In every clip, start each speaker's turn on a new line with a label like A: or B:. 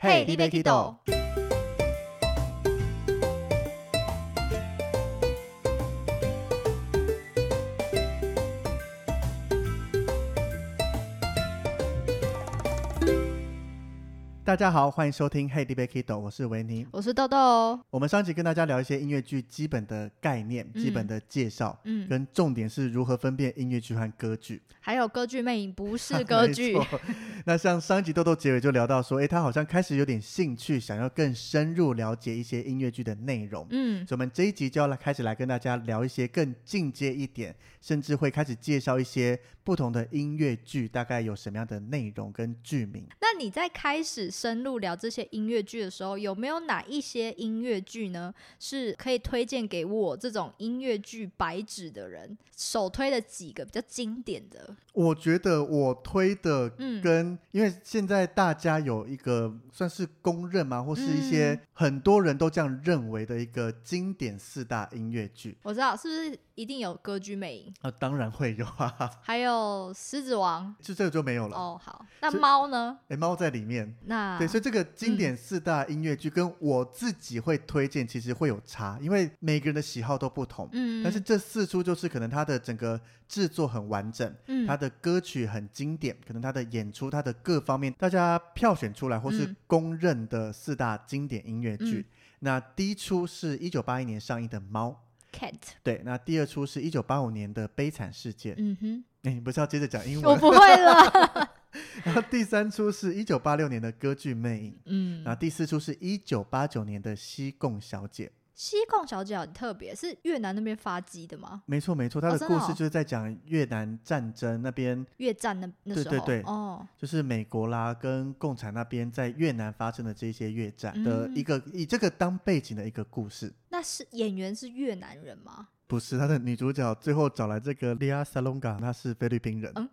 A: 嘿，你别 Kido。大家好，欢迎收听 Hey, d b Kido，我是维尼。
B: 我是豆豆哦，
A: 我们上集跟大家聊一些音乐剧基本的概念、基本的介绍，
B: 嗯，
A: 跟重点是如何分辨音乐剧和歌剧。
B: 还有歌剧魅影不 是
A: 没
B: 歌剧，
A: 错。 那像上一集豆豆结尾就聊到说，诶，他好像开始有点兴趣，想要更深入了解一些音乐剧的内容。
B: 嗯
A: 所以我们这一集就要来开始来跟大家聊一些更进阶一点，甚至会开始介绍一些不同的音乐剧大概有什么样的内容跟剧名。
B: 那你在开始深入聊这些音乐剧的时候，有没有哪一些音乐剧呢是可以推荐给我这种音乐剧白纸的人？首推的几个比较经典的，
A: 我觉得我推的
B: 嗯
A: 跟，因为现在大家有一个算是公认嘛，或是一些
B: 嗯
A: 很多人都这样认为的一个经典四大音乐剧
B: 我知道是不是一定有歌剧魅影，
A: 啊，当然会有啊，
B: 还有狮子王？
A: 就这个就没有了。
B: 哦，啊好，那
A: 是
B: 猫呢？
A: 诶，猫在里面。
B: 那
A: 对，所以这个经典
B: 嗯
A: 四大音乐剧跟我自己会推荐，其实会有差，因为每个人的喜好都不同。
B: 嗯，
A: 但是这四出就是可能它的整个制作很完整，
B: 嗯
A: 它的歌曲很经典，可能它的演出、它的各方面，大家票选出来或是
B: 嗯
A: 公认的四大经典音乐剧。
B: 嗯
A: 那第一出是一九八一年上映的《猫》，
B: cat，
A: 对，那第二出是一九八五年的《悲惨世界》
B: 嗯哼，
A: 诶你不是要接着讲英
B: 我
A: 文？
B: 不会 了，
A: 然后 第三出是一九八六年的歌剧《魅影》。
B: 嗯
A: 然，后第四出是一九八九年的《西贡小姐》，
B: 西贡小姐很特别，是越南那边发迹的吗？
A: 没错没错，她
B: 哦
A: 的
B: 真
A: 故
B: 的
A: 事
B: 哦
A: 就是在讲越南战争那边，
B: 越战那那
A: 对
B: 时候，
A: 对对
B: 哦，
A: 就是美国啦跟共产那边在越南发生的这些越战的
B: 嗯
A: 一个、以这个当背景的一个故事。
B: 那是演员是越南人 吗？
A: 不是，她的女主角最后找来这个 Lia Salonga，她是菲律宾人，
B: 嗯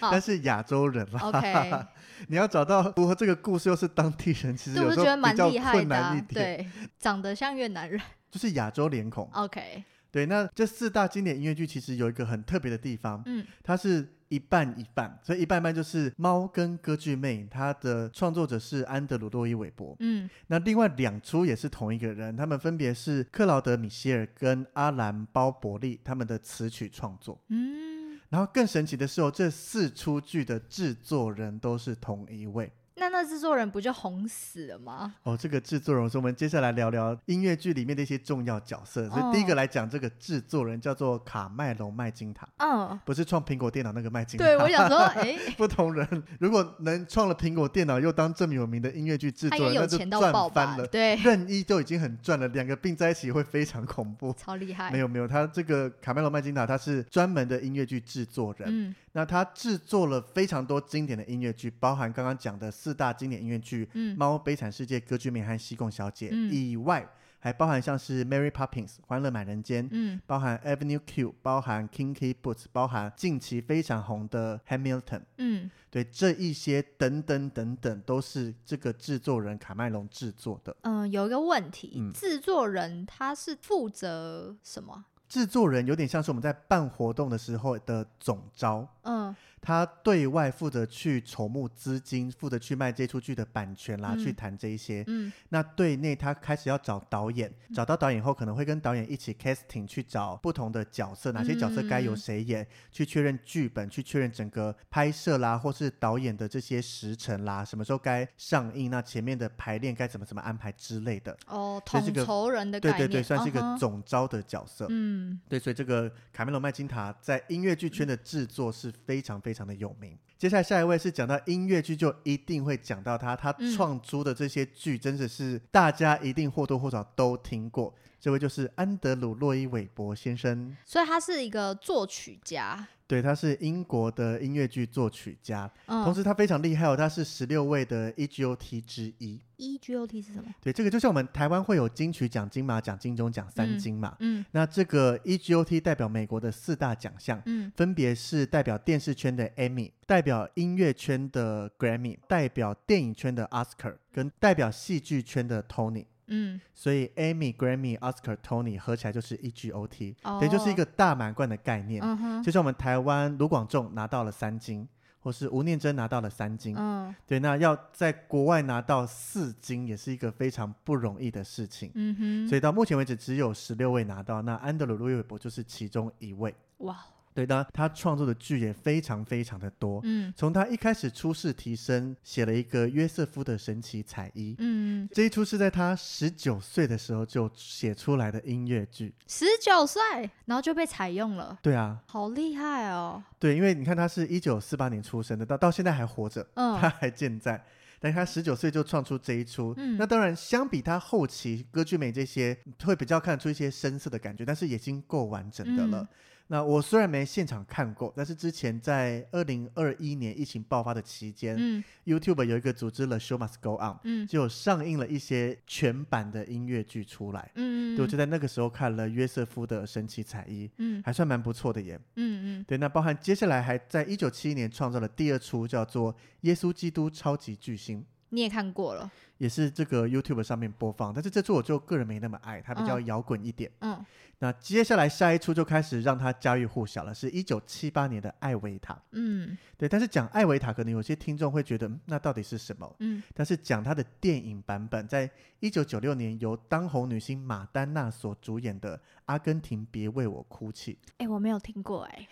A: 但是亚洲人啦。
B: OK
A: 你要找到符合这个故事又是当地人，其实
B: 对，
A: 有
B: 我
A: 时
B: 就
A: 候
B: 觉得蛮
A: 比较
B: 厉害
A: 困
B: 的、
A: 难一
B: 啊，
A: 点。
B: 对，长得像越南人。
A: 就是亚洲脸孔。
B: OK，
A: 对，那这四大经典音乐剧其实有一个很特别的地方，
B: 嗯
A: 它是一半一半，所以一半一半就是《猫》跟《歌剧魅影》，它的创作者是安德鲁·洛伊·韦伯。
B: 嗯
A: 那另外两出也是同一个人，他们分别是克劳德·米歇尔跟阿兰·包伯利他们的词曲创作。
B: 嗯，
A: 然后更神奇的是哦，这四出剧的制作人都是同一位。
B: 那那制作人不就红死了吗？
A: 哦，这个制作人，所以我们接下来聊聊音乐剧里面的一些重要角色。所以第一个
B: 哦
A: 来讲，这个制作人叫做卡麦隆·麦金塔，
B: 嗯，
A: 不是创苹果电脑那个麦金塔。啊
B: 对，我 想说，哎、
A: 不同人， 如果能创了苹果电脑，又当这么有名的音乐剧制
B: 他
A: 作
B: 也
A: 人，
B: 有
A: 那就
B: 哎钱到爆
A: 赚
B: 吧
A: 翻了？。
B: 对，
A: 任一就已经很赚了，两个并在一起会非常恐 怖。
B: 超厉害。
A: 没
B: 有，
A: 有没有，他这个卡梅隆麦金塔他是专门的音乐剧制作人，
B: 嗯
A: 那他制作了非常多经典的音乐剧，包含刚刚讲的四大经典音乐剧《
B: 嗯
A: 猫悲惨世界》《歌剧魅影》和《西贡小姐》
B: 嗯
A: 以外，还包含像是《Mary Poppins》《欢乐满人间》
B: 嗯
A: 包含 Avenue Q，包含 Kinky Boots，包含近期非常红的 Hamilton，
B: 嗯，
A: 对这一些等等等等，都是这个制作人卡麦隆制作的。
B: 嗯，有一个问题，
A: 嗯
B: 制作人他是负责什么？
A: 制作人有点像是我们在办活动的时候的总招，
B: 嗯
A: 他对外负责去筹募资金，负责去卖这出剧的版权啦，
B: 嗯
A: 去谈这一些。
B: 嗯
A: 那对内他开始要找导演，找到导演后可能会跟导演一起 casting 去找不同的角色，哪些角色
B: 嗯
A: 该由谁演，去确认剧本，去确认整个拍摄啦，或是导演的这些时辰啦，什么时候该上映，那前面的排练该怎么怎么安排之类的。
B: 哦，
A: 所以这
B: 统
A: 个
B: 筹人的概
A: 对
B: 念，
A: 对对，算是一个
B: 嗯哼
A: 总招的角色。
B: 嗯
A: 对，所以这个卡梅隆麦金塔在音乐剧圈的制作是非常非常的有名。接下来下一位是讲到音乐剧，就一定会讲到他，他
B: 嗯
A: 创出的这些剧真的是大家一定或多或少都听过。这位就是安德鲁·洛伊·韦伯先生，
B: 所以他是一个作曲家，
A: 对，他是英国的音乐剧作曲家，同
B: 嗯
A: 时他非常厉害哦，他是十六位的 E EGOT 之一。
B: ，E G O T 是什么？
A: 对，这个就像我们台湾会有金曲奖、金马奖、金钟奖三
B: 嗯
A: 金嘛，
B: 嗯
A: 那这个 E EGOT 代表美国的四大奖项，
B: 嗯，
A: 分别是代表电视圈的 Emmy，代表音乐圈的 Grammy，代表电影圈的 Oscar，跟代表戏剧圈的 Tony。
B: 嗯，
A: 所以 Emmy、Grammy、Oscar、Tony 合起来就是 EGOT，
B: 哦
A: 等于就是一个大满贯的概念。
B: 嗯哼，
A: 就像我们台湾卢广仲拿到了三金，或是吴念真拿到了三金，
B: 嗯
A: 对，那要在国外拿到四金也是一个非常不容易的事情。
B: 嗯哼，
A: 所以到目前为止只有十六位拿到，那安德鲁·路易韦伯就是其中一位。
B: 哇，
A: 对，当然他创作的剧也非常非常的多。
B: 嗯
A: 从他一开始初试提升，写了一个约瑟夫的神奇彩衣，
B: 嗯，
A: 这一出是在他十九岁的时候就写出来的音乐剧。
B: 十九岁，然后就被采用了，
A: 对啊，
B: 好厉害哦，
A: 对，因为你看他是一九四八年出生的，到到现在还活着，
B: 嗯
A: 他还健在。但他十九岁就创出这一出，
B: 嗯
A: 那当然相比他后期歌剧美这些，会比较看出一些深色的感觉，但是已经够完整的了。
B: 嗯
A: 那我虽然没现场看过，但是之前在二零二一年疫情爆发的期间、
B: 嗯
A: y o u t u b e 有一个组织了 Show Must Go On，
B: 嗯
A: 就上映了一些全版的音乐剧出来。
B: 嗯，
A: 对，我就在那个时候看了约瑟夫的神奇彩衣，
B: 嗯
A: 还算蛮不错的耶。
B: 嗯嗯
A: 对，那包含接下来还在一九七一年创造了第二出叫做《耶稣基督超级巨星》，
B: 你也看过了，
A: 也是这个 YouTube 上面播放，但是这出我就个人没那么爱，它比较摇滚一点。
B: 嗯
A: 那接下来下一出就开始让它家喻户晓了，是一九七八年的《艾维塔》。
B: 嗯
A: 对，但是讲《艾维塔》，可能有些听众会觉得、嗯那到底是什么？
B: 嗯
A: 但是讲它的电影版本，在一九九六年由当红女星马丹娜所主演的《阿根廷别为我哭 泣
B: 哎、我没有听过哎、》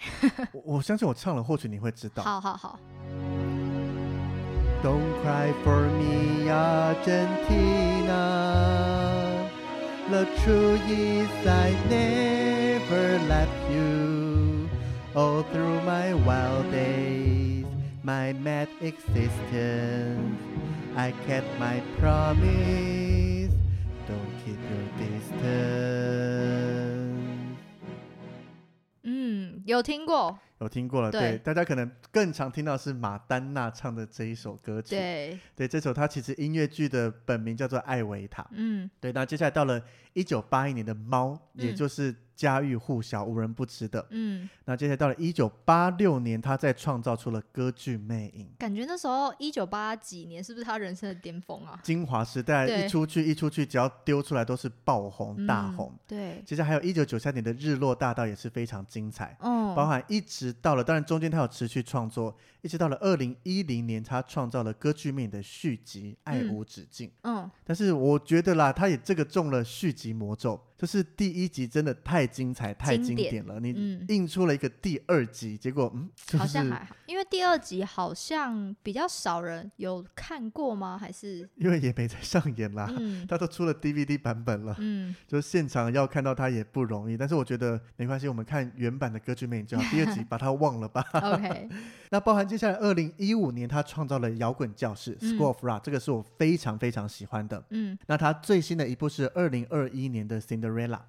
A: 我，我相信我唱了，或许你会知道。
B: 好好好，
A: Don't cry for me, Argentina. The truth is I never left you. All through my wild days, my mad existence, I kept my promise. Don't keep your distance.
B: 嗯，有听过，
A: 有听过了，对
B: 对
A: 大家可能更常听到是马丹娜唱的这一首歌曲。
B: 对，
A: 对，这首它其实音乐剧的本名叫做《艾维塔》。
B: 嗯
A: 对，那接下来到了一九八一年的《猫》，也
B: 嗯
A: 就是家喻户晓、无人不知的。
B: 嗯，
A: 那接下来到了一九八六年，他再创造出了歌剧《魅影》。
B: 感觉那时候一九八几年是不是他人生的巅峰啊？
A: 精华时代
B: 对
A: 一出去一出去，只要丢出来都是爆红、大
B: 嗯
A: 红。
B: 对，
A: 接下来还有一九九三年的《日落大道》也是非常精彩，
B: 嗯，
A: 包含一直到了，当然中间他有持续创作，一直到了二零一零年，他创造了歌剧《魅影》的续集《爱
B: 嗯
A: 无止境》。
B: 嗯
A: 但是我觉得啦，他也这个中了续集魔咒，就是第一集真的太精彩、太经典了，你
B: 嗯
A: 印出了一个第二集，结果嗯，就
B: 好
A: 是
B: 像还好，因为第二集好像比较少人有看过吗？还是
A: 因为也没在上演啦，
B: 嗯
A: 他都出了 DVD 版本了，
B: 嗯
A: 就是现场要看到他也不容易。但是我觉得没关系，我们看原版的歌剧魅影就好，第二集把它忘了 吧。
B: ，OK，
A: 那包含接下来二零一五年，他创造了摇滚教室
B: 嗯
A: School of Rock，、这个是我非常非常喜欢的。
B: 嗯
A: 那他最新的一部是二零二一年的 Cinderella。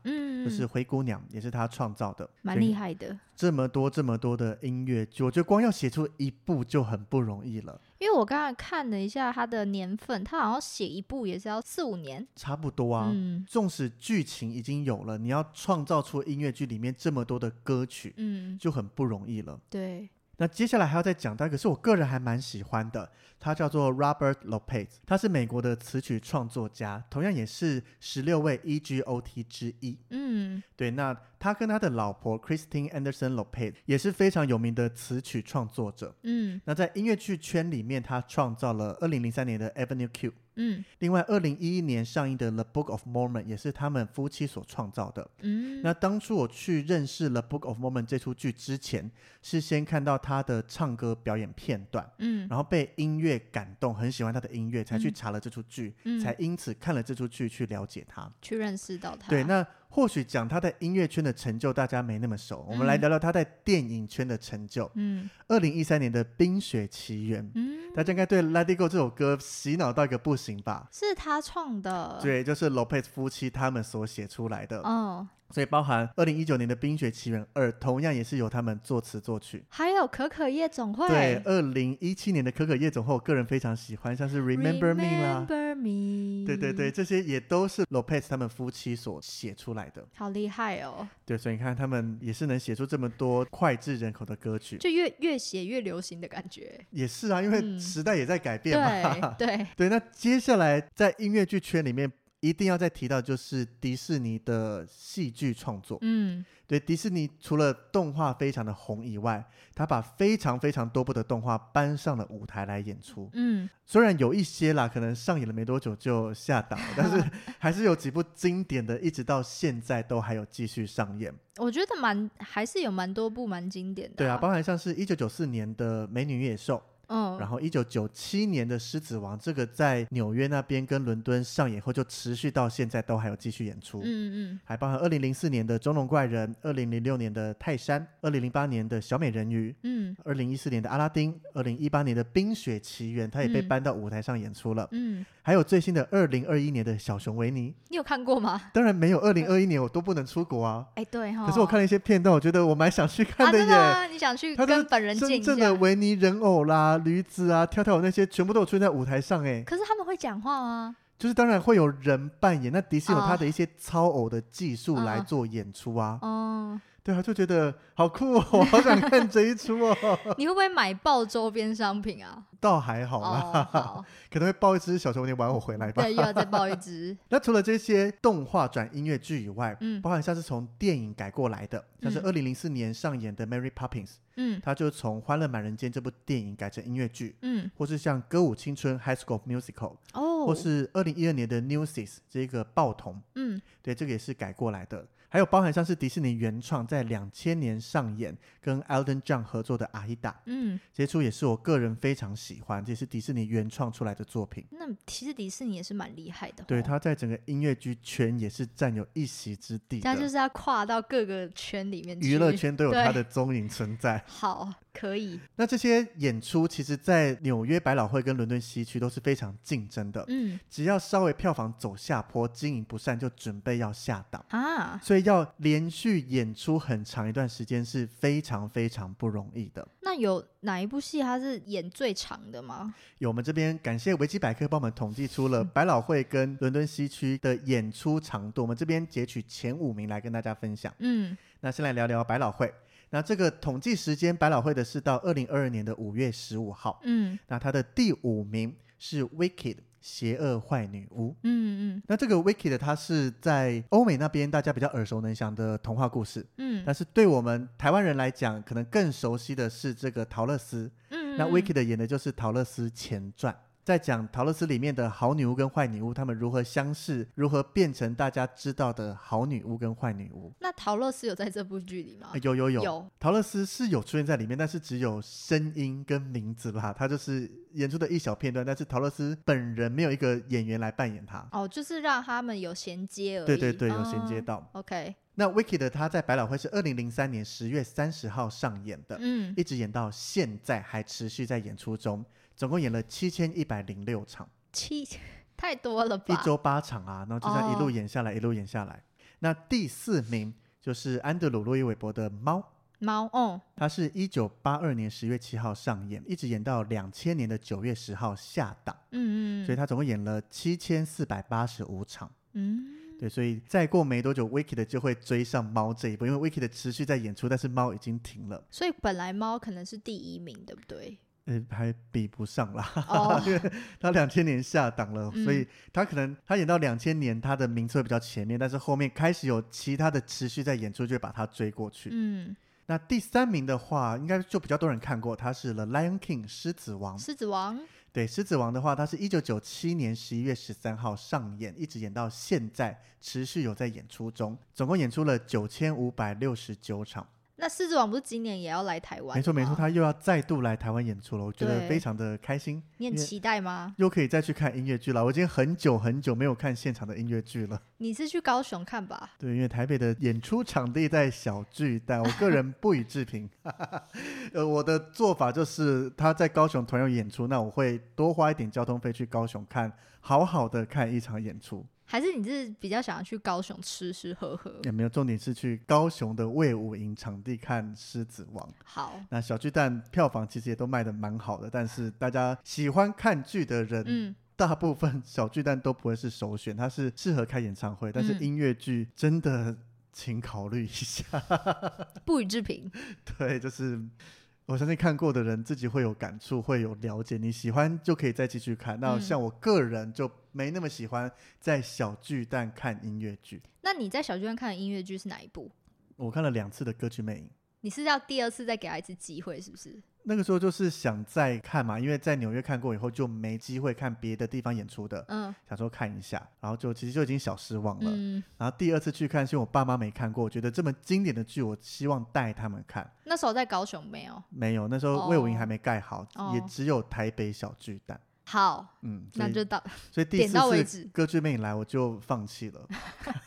B: 嗯，
A: 就是灰姑娘，也是他创造的，
B: 蛮
A: 所以
B: 厉害的。
A: 这么多这么多的音乐剧，我觉得光要写出一部就很不容易了，
B: 因为我刚才看了一下他的年份，他好像写一部也是要四五年，
A: 差不多啊。
B: 嗯
A: 纵使剧情已经有了，你要创造出音乐剧里面这么多的歌曲，
B: 嗯，
A: 就很不容易了。
B: 对，
A: 那接下来还要再讲到一个，是我个人还蛮喜欢的，他叫做 Robert Lopez，他是美国的词曲创作家，同样也是十六位 E EGOT 之一。
B: 嗯
A: 对，那他跟他的老婆 Christine Anderson Lopez 也是非常有名的词曲创作者。
B: 嗯
A: 那在音乐剧圈里面，他创造了2003年的 Avenue Q，
B: 嗯
A: 另外2011年上映的《The Book of Mormon》也是他们夫妻所创造的。
B: 嗯，
A: 那当初我去认识《The Book of Mormon》这出剧之前，是先看到他的唱歌表演片段，
B: 嗯
A: 然后被音乐感动，很喜欢他的音乐，才去查了这出剧，
B: 嗯啊
A: 才因此看了这出剧去了解他。
B: 去认识到他，
A: 对，那或许讲他在音乐圈的成就，大家没那么熟，我们
B: 嗯
A: 来聊聊他在电影圈的成就。
B: 嗯
A: 二零一三年的《冰雪奇缘》，
B: 嗯，
A: 大家应该对《Let It Go》这首歌洗脑到一个不行吧？
B: 是他创的，，
A: 对，就是 Lopez 夫妻他们所写出来的，
B: 嗯，
A: 所以包含二零一九年的《冰雪奇缘二》，同样也是由他们作词作曲。
B: 还有可可夜总会，
A: 对，二零一七年的《可可夜总会》，我个人非常喜欢，像是《Remember Me》啦，
B: Remember Me，
A: 对对对，，这些也都是 Lopez 他们夫妻所写出来的。
B: 好厉害哦，
A: 对，所以你看他们也是能写出这么多脍炙人口的歌曲，
B: 就越越写越流行的感觉，
A: 也是啊，因为
B: 嗯
A: 时代也在改变嘛。
B: 对对，
A: 对，那接下来在音乐剧圈里面。一定要再提到就是迪士尼的戏剧创作。
B: 嗯
A: 对，迪士尼除了动画非常的红以外，他把非常非常多部的动画搬上了舞台来演出。
B: 嗯，
A: 虽然有一些啦，可能上演了没多久就下档了，但 是还是有几部经典的，一直到现在都还有继续上演。
B: 我觉得蛮还是有蛮多部蛮经典的，
A: 对啊，包，含像是一九九四年的《美女与野兽》，
B: 嗯，
A: 然后一九九七年的《狮子王》，这个在纽约那边跟伦敦上演后，就持续到现在都还有继续演出。
B: 嗯嗯
A: 还包含二零零四年的《中龙怪人》，二零零六年的《泰山》，二零零八年的《小美人鱼》，
B: 嗯
A: 二零一四年的《阿拉丁》，二零一八年的《冰雪奇缘》，它也被
B: 嗯
A: 搬到舞台上演出了。
B: 嗯，
A: 还有最新的二零二一年的《小熊维尼》，
B: 你有看过吗？
A: 当然没有二零二一年我都不能出国 啊。
B: 哎，对哈，
A: 可是我看了一些片段，我觉得我蛮想去
B: 啊，
A: 看
B: 真
A: 耶。
B: 的吗？你想去
A: 他都是
B: 跟本人见
A: 真
B: 一
A: 正的
B: 下？
A: 维尼人偶啦、驴子啊、跳跳舞那些，全部都有出现在舞台上哎。
B: 可是他们会讲话啊吗？
A: 就是当然会有人扮演，那迪士尼有
B: 哦
A: 他的一些操偶的技术来
B: 嗯
A: 做演出啊。
B: 哦，
A: 对啊，就觉得好酷哦，好想看这一出 哦。
B: 你会不会买爆周边商品啊？
A: 倒还好啦，
B: 哦，好，
A: 可能会抱一只小熊维尼玩我回来吧。
B: 对，又要再爆一只，
A: 那除了这些动画转音乐剧以外，
B: 嗯
A: 包含像是从电影改过来的，像是
B: 嗯
A: 二零零四年上演的《Mary Poppins》，
B: 嗯
A: 它就从《欢乐满人间》这部电影改成音乐剧，
B: 嗯，
A: 或是像《歌舞青春》（High School Musical），、
B: 哦，
A: 或是二零一二年的《Newsies》这个报童，
B: 嗯
A: 对，这个也是改过来的。还有包含像是迪士尼原创在两千年上演跟 Elton John 合作的《阿依达》，
B: 嗯，
A: 这出也是我个人非常喜欢，这也是迪士尼原创出来的作品。
B: 那其实迪士尼也是蛮厉害的哦，
A: 对，它在整个音乐剧圈也是占有一席之地
B: 他就
A: 的，
B: 是要跨到各个圈里面去，
A: 娱乐圈都有它
B: 对
A: 的踪影存在。
B: 好，可以，
A: 那这些演出其实，在纽约百老汇跟伦敦西区都是非常竞争的，
B: 嗯
A: 只要稍微票房走下坡，经营不善，就准备要下档。
B: 啊，
A: 所以要连续演出很长一段时间是非常非常不容易的。
B: 那有哪一部戏它是演最长的吗？
A: 有我们这边感谢维基百科帮我们统计出了百老汇跟伦敦西区的演出长度，我们这边截取前五名来跟大家分享。
B: 嗯
A: 那先来聊聊百老汇。那这个统计时间，百老汇的是到二零二二年的五月十五号。
B: 嗯
A: 那它的第五名是《Wicked》邪恶坏女巫。
B: 嗯嗯
A: 那这个《Wicked》它是在欧美那边大家比较耳熟能详的童话故事，
B: 嗯
A: 但是对我们台湾人来讲，可能更熟悉的是这个陶乐斯。
B: 嗯，
A: 那
B: 嗯
A: Wicked 演的就是陶乐斯前传，在讲陶乐斯里面的好女巫跟坏女巫，她们如何相识，如何变成大家知道的好女巫跟坏女巫。
B: 那陶乐斯有在这部剧里吗
A: 啊？有有有，
B: 哦有
A: 陶乐斯是有出现在里面，但是只有声音跟名字啦，他就是演出的一小片段，但是陶乐斯本人没有一个演员来扮演他。
B: 哦，就是让他们有衔接而已。
A: 对对对，有衔接
B: 嗯
A: 到。
B: OK，
A: 那 Wicked 他在百老汇是二零零三年十月三十号上演的，
B: 嗯
A: 一直演到现在，还持续在演出中，总共演了七千一百零六场，
B: 七太多了吧？
A: 一周八场啊，然后就这样一路
B: 哦
A: 演下来，一路演下来。那第四名就是安德鲁·路易·韦伯的《猫》，
B: 猫，哦，
A: 它是一九八二年十月七号上演，一直演到两千年的九月十号下档，
B: 嗯嗯，
A: 所以它总共演了七千四百八十五场。
B: 嗯
A: 对，所以再过没多久，Wicked 就会追上猫这一步，因为 Wicked 持续在演出，但是猫已经停了，
B: 所以本来猫可能是第一名，对不 对？
A: 呃，还比不上啦。
B: 哦
A: 因为他两千年下档了，
B: 嗯
A: 所以他可能他演到两千年，他的名次会比较前面，但是后面开始有其他的持续在演出，就会把他追过去。
B: 嗯，
A: 那第三名的话，应该就比较多人看过，他是《The Lion King》狮子王。
B: 狮子王，
A: 对，狮子王的话，他是一九九七年十一月十三号上演，一直演到现在，持续有在演出中，总共演出了九千五百六十九场。
B: 那《狮子王》不是今年也要来台湾？
A: 没错没错，，他又要再度来台湾演出了，我觉得
B: 对
A: 非常的开心，
B: 你很
A: 因为
B: 期待吗？
A: 又可以再去看音乐剧了。我已经很久很久没有看现场的音乐剧了。
B: 你是去高雄看吧？
A: 对，因为台北的演出场地在小巨蛋，我个人不予置评。 呃，我的做法就是他在高雄同样演出，那我会多花一点交通费去高雄看，好好的看一场演出。
B: 还是你是比较想要去高雄吃吃喝喝？
A: 也没有重点是去高雄的魏武营场地看《狮子王》。
B: 好，
A: 那小巨蛋票房其实也都卖的蛮好的，但是大家喜欢看剧的人，
B: 嗯，
A: 大部分小巨蛋都不会是首选，它是适合开演唱会，但是
B: 嗯
A: 音乐剧真的请考虑一下。
B: 不予置评。
A: 对，就是我相信看过的人自己会有感触，会有了解。你喜欢就可以再继续看。那
B: 嗯
A: 像我个人就没那么喜欢在小巨蛋看音乐剧。
B: 那你在小剧院看的音乐剧是哪一部？
A: 我看了两次的《歌剧魅影》，
B: 你是要第二次再给他一次机会，是不是？
A: 那个时候就是想再看嘛，因为在纽约看过以后就没机会看别的地方演出的，
B: 嗯
A: 想说看一下，然后就其实就已经小失望了。
B: 嗯，
A: 然后第二次去看，是因为我爸妈没看过，我觉得这么经典的剧，我希望带他们看。
B: 那时候在高雄没有。
A: 没有，那时候魏武营
B: 哦
A: 还没盖好，也
B: 哦
A: 只有台北小巨蛋。
B: 好，
A: 嗯，所
B: 那
A: 以
B: 就 到
A: 所以第
B: 点
A: 四
B: 到为
A: 次
B: 止
A: 歌剧魅影来，我就放弃 了，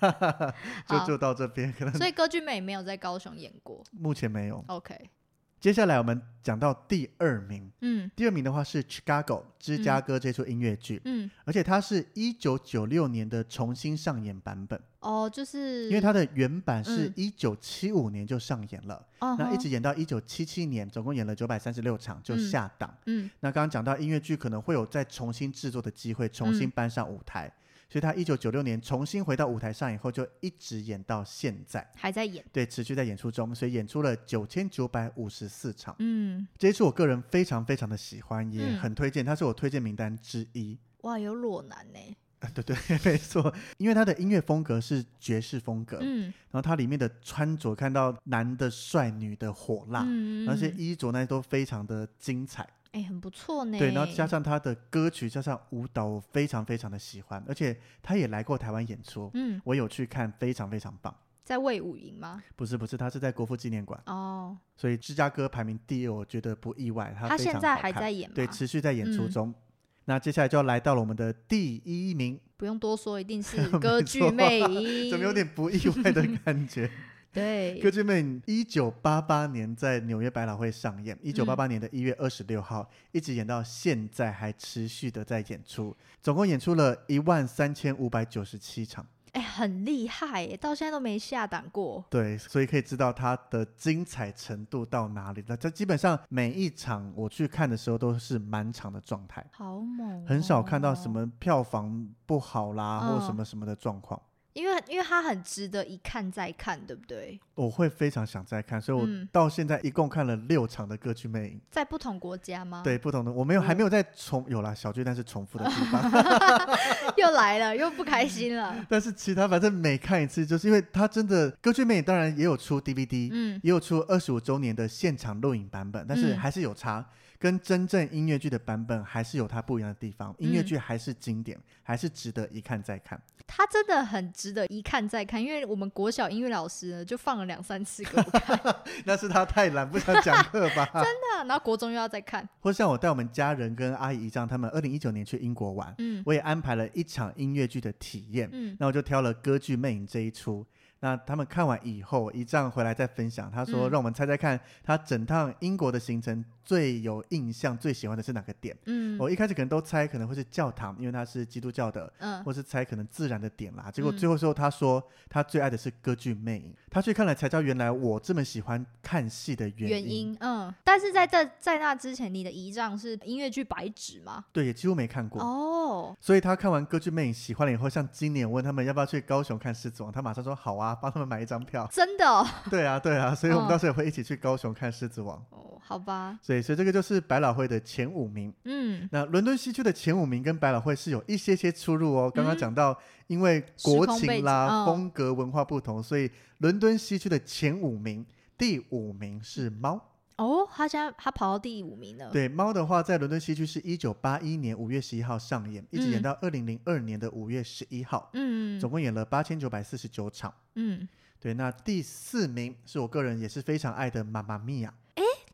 A: 就
B: 好
A: 就到这边，可能
B: 所以歌剧魅没有在高雄演过。
A: 目前没有。
B: OK，
A: 接下来我们讲到第二名，
B: 嗯
A: 第二名的话是 Chicago 芝加哥这出音乐剧，
B: 嗯，
A: 而且它是一九九六年的重新上演版本，
B: 哦，就是
A: 因为它的原版是
B: 嗯
A: 一九七五年就上演了，
B: 哦
A: 那一
B: 吼
A: 直演到一九七七年，总共演了九百三十六场就
B: 嗯
A: 下档。
B: 嗯
A: 那刚刚讲到音乐剧可能会有再重新制作的机会，重新
B: 嗯
A: 搬上舞台，所以他一九九六年重新回到舞台上以后，就一直演到现在，
B: 还在演。
A: 对，持续在演出中，所以演出了九千九百五十四场。
B: 嗯，
A: 这一次我个人非常非常的喜欢，也
B: 嗯
A: 很推荐，它是我推荐名单之一。
B: 哇，有裸男呢。
A: 啊，对对， 没错，因为它的音乐风格是爵士风格，
B: 嗯
A: 然后它里面的穿着看到男的帅，女的火辣，
B: 嗯，
A: 啊而且
B: 嗯
A: 衣着那些都非常的精彩。
B: 哎很不错呢。
A: 对，然后加上他的歌曲，加上舞蹈，我非常非常的喜欢，而且他也来过台湾演出，
B: 嗯，
A: 我有去看，非常非常棒。
B: 在魏武营吗？
A: 不是不是，他是在国父纪念馆，
B: 哦，
A: 所以芝加哥排名第二，我觉得不意外。他
B: 他
A: 非
B: 现
A: 常
B: 在
A: 好
B: 还
A: 看
B: 在演吗？
A: 对，持续在演出
B: 嗯
A: 中。那接下来就要来到了我们的第一名，
B: 不用多说，一定 是歌剧魅影。
A: 怎么有点不意外的感觉？
B: 对
A: 歌？剧魅影一九八八年在纽约百老汇上演，一九八八年的一月二十六号、一直演到现在，还持续的在演出，总共演出了一万三千五百九十七场。
B: 哎，很厉害耶，到现在都没下档过。
A: 对，所以可以知道它的精彩程度到哪里了。这基本上每一场我去看的时候都是满场的状态，
B: 好猛、哦
A: 很少看到什，么票房不好啦、
B: 嗯
A: 或什么什么的状况。
B: 因为因为它很值得一看再看，对不对？
A: 我会非常想再看，所以我
B: 嗯
A: 到现在一共看了六场的歌剧魅影。
B: 在不同国家吗？，
A: 对，不同的，我没有，还
B: 嗯
A: 没有在重有啦，小巨蛋是重复的地 方，
B: 又来了，又不开心了。
A: 但是其他反正每看一次，就是因为它真的歌剧魅影当然也有出 DVD，、
B: 嗯，
A: 也有出二十五周年的现场录影版本，但是
B: 嗯
A: 还是有差，跟真正音乐剧的版本还是有它不一样的地方。音乐
B: 嗯
A: 剧还是经典，还是值得一看再看。
B: 它真的很值得一看再看，因为我们国小音乐老师呢就放了两三次给我看
A: 那是他太懒，不想讲课 吧？
B: 啊，然后国中又要再看。
A: 或像我带我们家人跟阿姨这样，他们二零一九年去英国玩，
B: 嗯
A: 我也安排了一场音乐剧的体验。
B: 嗯
A: 那我就挑了歌剧《魅影》这一出。那他们看完以后，一仗回来再分享。他说：“
B: 嗯
A: 让我们猜猜看，他整趟英国的行程最有印象、最喜欢的是哪个点？”
B: 嗯
A: 我一开始可能都猜可能会是教堂，因为他是基督教的，
B: 嗯，
A: 或是猜可能自然的点啦。结果
B: 嗯
A: 最后最后他说他最爱的是歌剧《魅影》，他去看了才知道原来我这么喜欢看戏的原因。
B: 原因嗯，但是在这在那之前，你的遗仗是音乐剧白纸吗？
A: 对，也几乎没看过。
B: 哦，
A: 所以他看完《歌剧魅影》喜欢了以后，像今年我问他们要不要去高雄看《狮子王》，他马上说好啊，帮他们买一张票。
B: 真的哦，
A: 对啊，对啊，所以我们
B: 嗯
A: 到时候也会一起去高雄看《狮子王》。
B: 哦好吧，
A: 所以，所以这个就是百老汇的前五名。
B: 嗯，
A: 那伦敦西区的前五名跟百老汇是有一些些出入哦。刚刚
B: 嗯
A: 讲到，因为国
B: 时空背
A: 情
B: 景
A: 啦、
B: 嗯
A: 风格、文化不同，所以伦敦西区的前五名，第五名是猫。
B: 哦，他现在他跑到第五名了，
A: 对，猫的话，在伦敦西区是一九八一年五月十一号上演，一直演
B: 嗯
A: 到二零零二年的五月十一号，
B: 嗯，
A: 总共演了八千九百四十九场。
B: 嗯
A: 对，那第四名是我个人也是非常爱的《妈妈咪呀》。